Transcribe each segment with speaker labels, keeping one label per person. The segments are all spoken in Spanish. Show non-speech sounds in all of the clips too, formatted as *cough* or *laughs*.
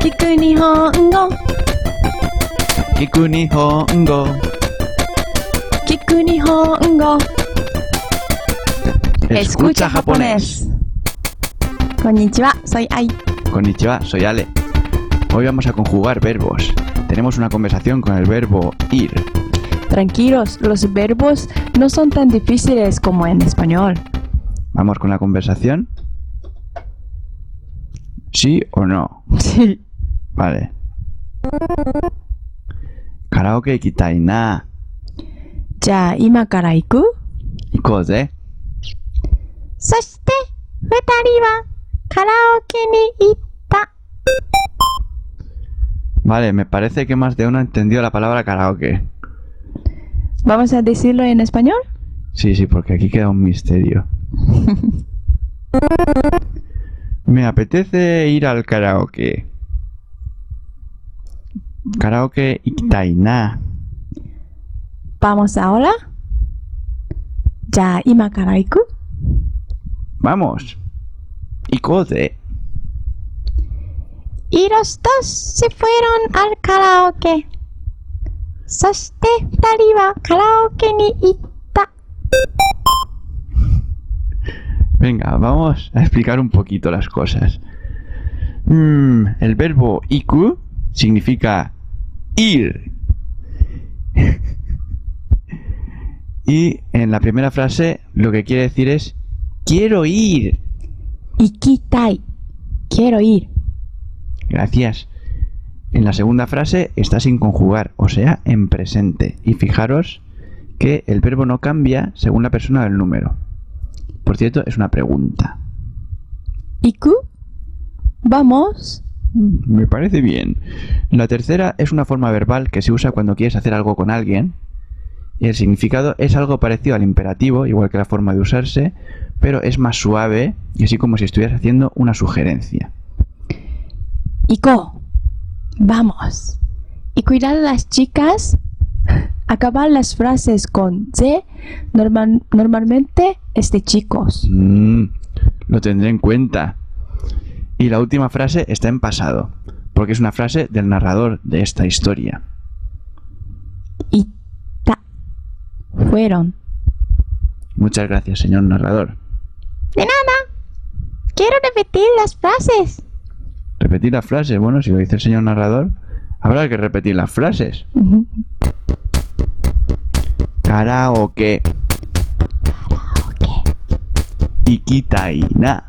Speaker 1: 聞く日本語
Speaker 2: 聞く日本語
Speaker 1: 聞く日本語
Speaker 2: Escucha japonés
Speaker 1: こんにちは、soy Ai
Speaker 2: Konnichiwa, soy Ale Hoy vamos a conjugar verbos Tenemos una conversación con el verbo ir
Speaker 1: Tranquilos, los verbos no son tan difíciles como en español *laughs*
Speaker 2: Vamos con la conversación ¿Sí o no?
Speaker 1: Sí
Speaker 2: Vale Karaoke ikitai na
Speaker 1: じゃあ今から行く
Speaker 2: Ikou ze
Speaker 1: そして二人はカラオケに行った
Speaker 2: Vale, me parece que más de uno ha entendido la palabra karaoke
Speaker 1: ¿Vamos a decirlo en español?
Speaker 2: Sí, sí, porque aquí queda un misterio. Me apetece ir al karaoke. Karaoke ikitaina.
Speaker 1: ¿Vamos ahora? じゃあ今から行く
Speaker 2: Vamos. Ikode.
Speaker 1: いろしとし fueron al karaoke そして二人はカラオケに行った
Speaker 2: Venga, vamos a explicar un poquito las cosas. Mm, el verbo iku significa ir. *laughs* y en la primera frase lo que quiere decir es quiero ir.
Speaker 1: 行きたい quiero ir
Speaker 2: Gracias. En la segunda frase está sin conjugar, o sea, en presente. Y fijaros que el verbo no cambia según la persona del número. Por cierto, es una pregunta.
Speaker 1: 行く vamos
Speaker 2: Mm, Me parece bien. La tercera es una forma verbal que se usa cuando quieres hacer algo con alguien. Y el significado es algo parecido al imperativo, igual que la forma de usarse, pero es más suave y así como si estuvieras haciendo una sugerencia.
Speaker 1: 行こう vamos y cuidar las chicas *laughs* acabar las frases con ze normal- normalmente es de chicos
Speaker 2: Mm, lo tendré en cuenta. Y la última frase está en pasado, porque es una frase del narrador de esta historia.
Speaker 1: 行った fueron
Speaker 2: Muchas gracias, señor narrador.
Speaker 1: de nada quiero repetir las *laughs* frases
Speaker 2: Repetir las frases. Bueno, si lo dice el señor narrador, habrá que repetir las frases. Karaoke, ikitaina,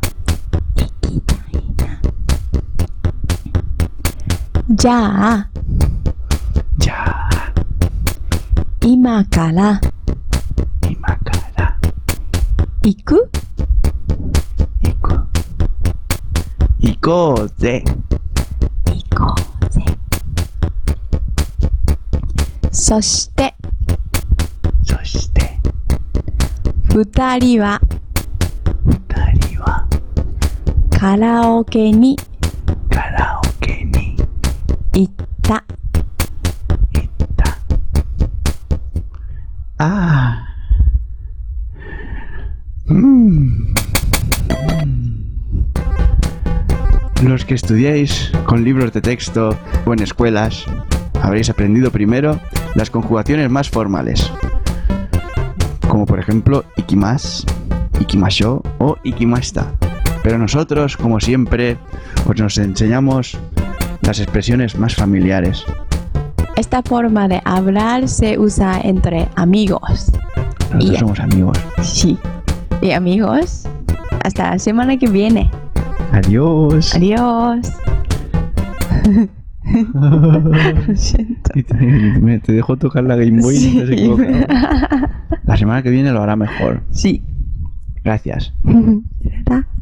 Speaker 1: じゃあ
Speaker 2: ya,
Speaker 1: 今から
Speaker 2: imakara,
Speaker 1: 行く
Speaker 2: iko, ikoze,
Speaker 1: 行こうぜそして
Speaker 2: soshite,
Speaker 1: 二人は
Speaker 2: futari wa
Speaker 1: カラオケに
Speaker 2: karaoke ni
Speaker 1: 行った。
Speaker 2: Ah. Mm. Los que estudiáis con libros de texto o en escuelas, habréis aprendido primero las conjugaciones más formales, como por ejemplo ikimas, ikimasho o ikimashita. Pero nosotros, como siempre, os nos enseñamos las expresiones más familiares.
Speaker 1: Esta forma de hablar se usa entre amigos.
Speaker 2: Nosotros
Speaker 1: Ya.
Speaker 2: somos amigos.
Speaker 1: Sí. Y amigos, hasta la semana que viene.
Speaker 2: Adiós.
Speaker 1: Adiós. Lo siento.
Speaker 2: *laughs* Y te, me- te dejo tocar la Game Boy y te has
Speaker 1: Sí. *laughs*
Speaker 2: equivocado. La semana que viene lo hará mejor.
Speaker 1: Sí.
Speaker 2: Gracias.
Speaker 1: 嗯 ¿Verdad?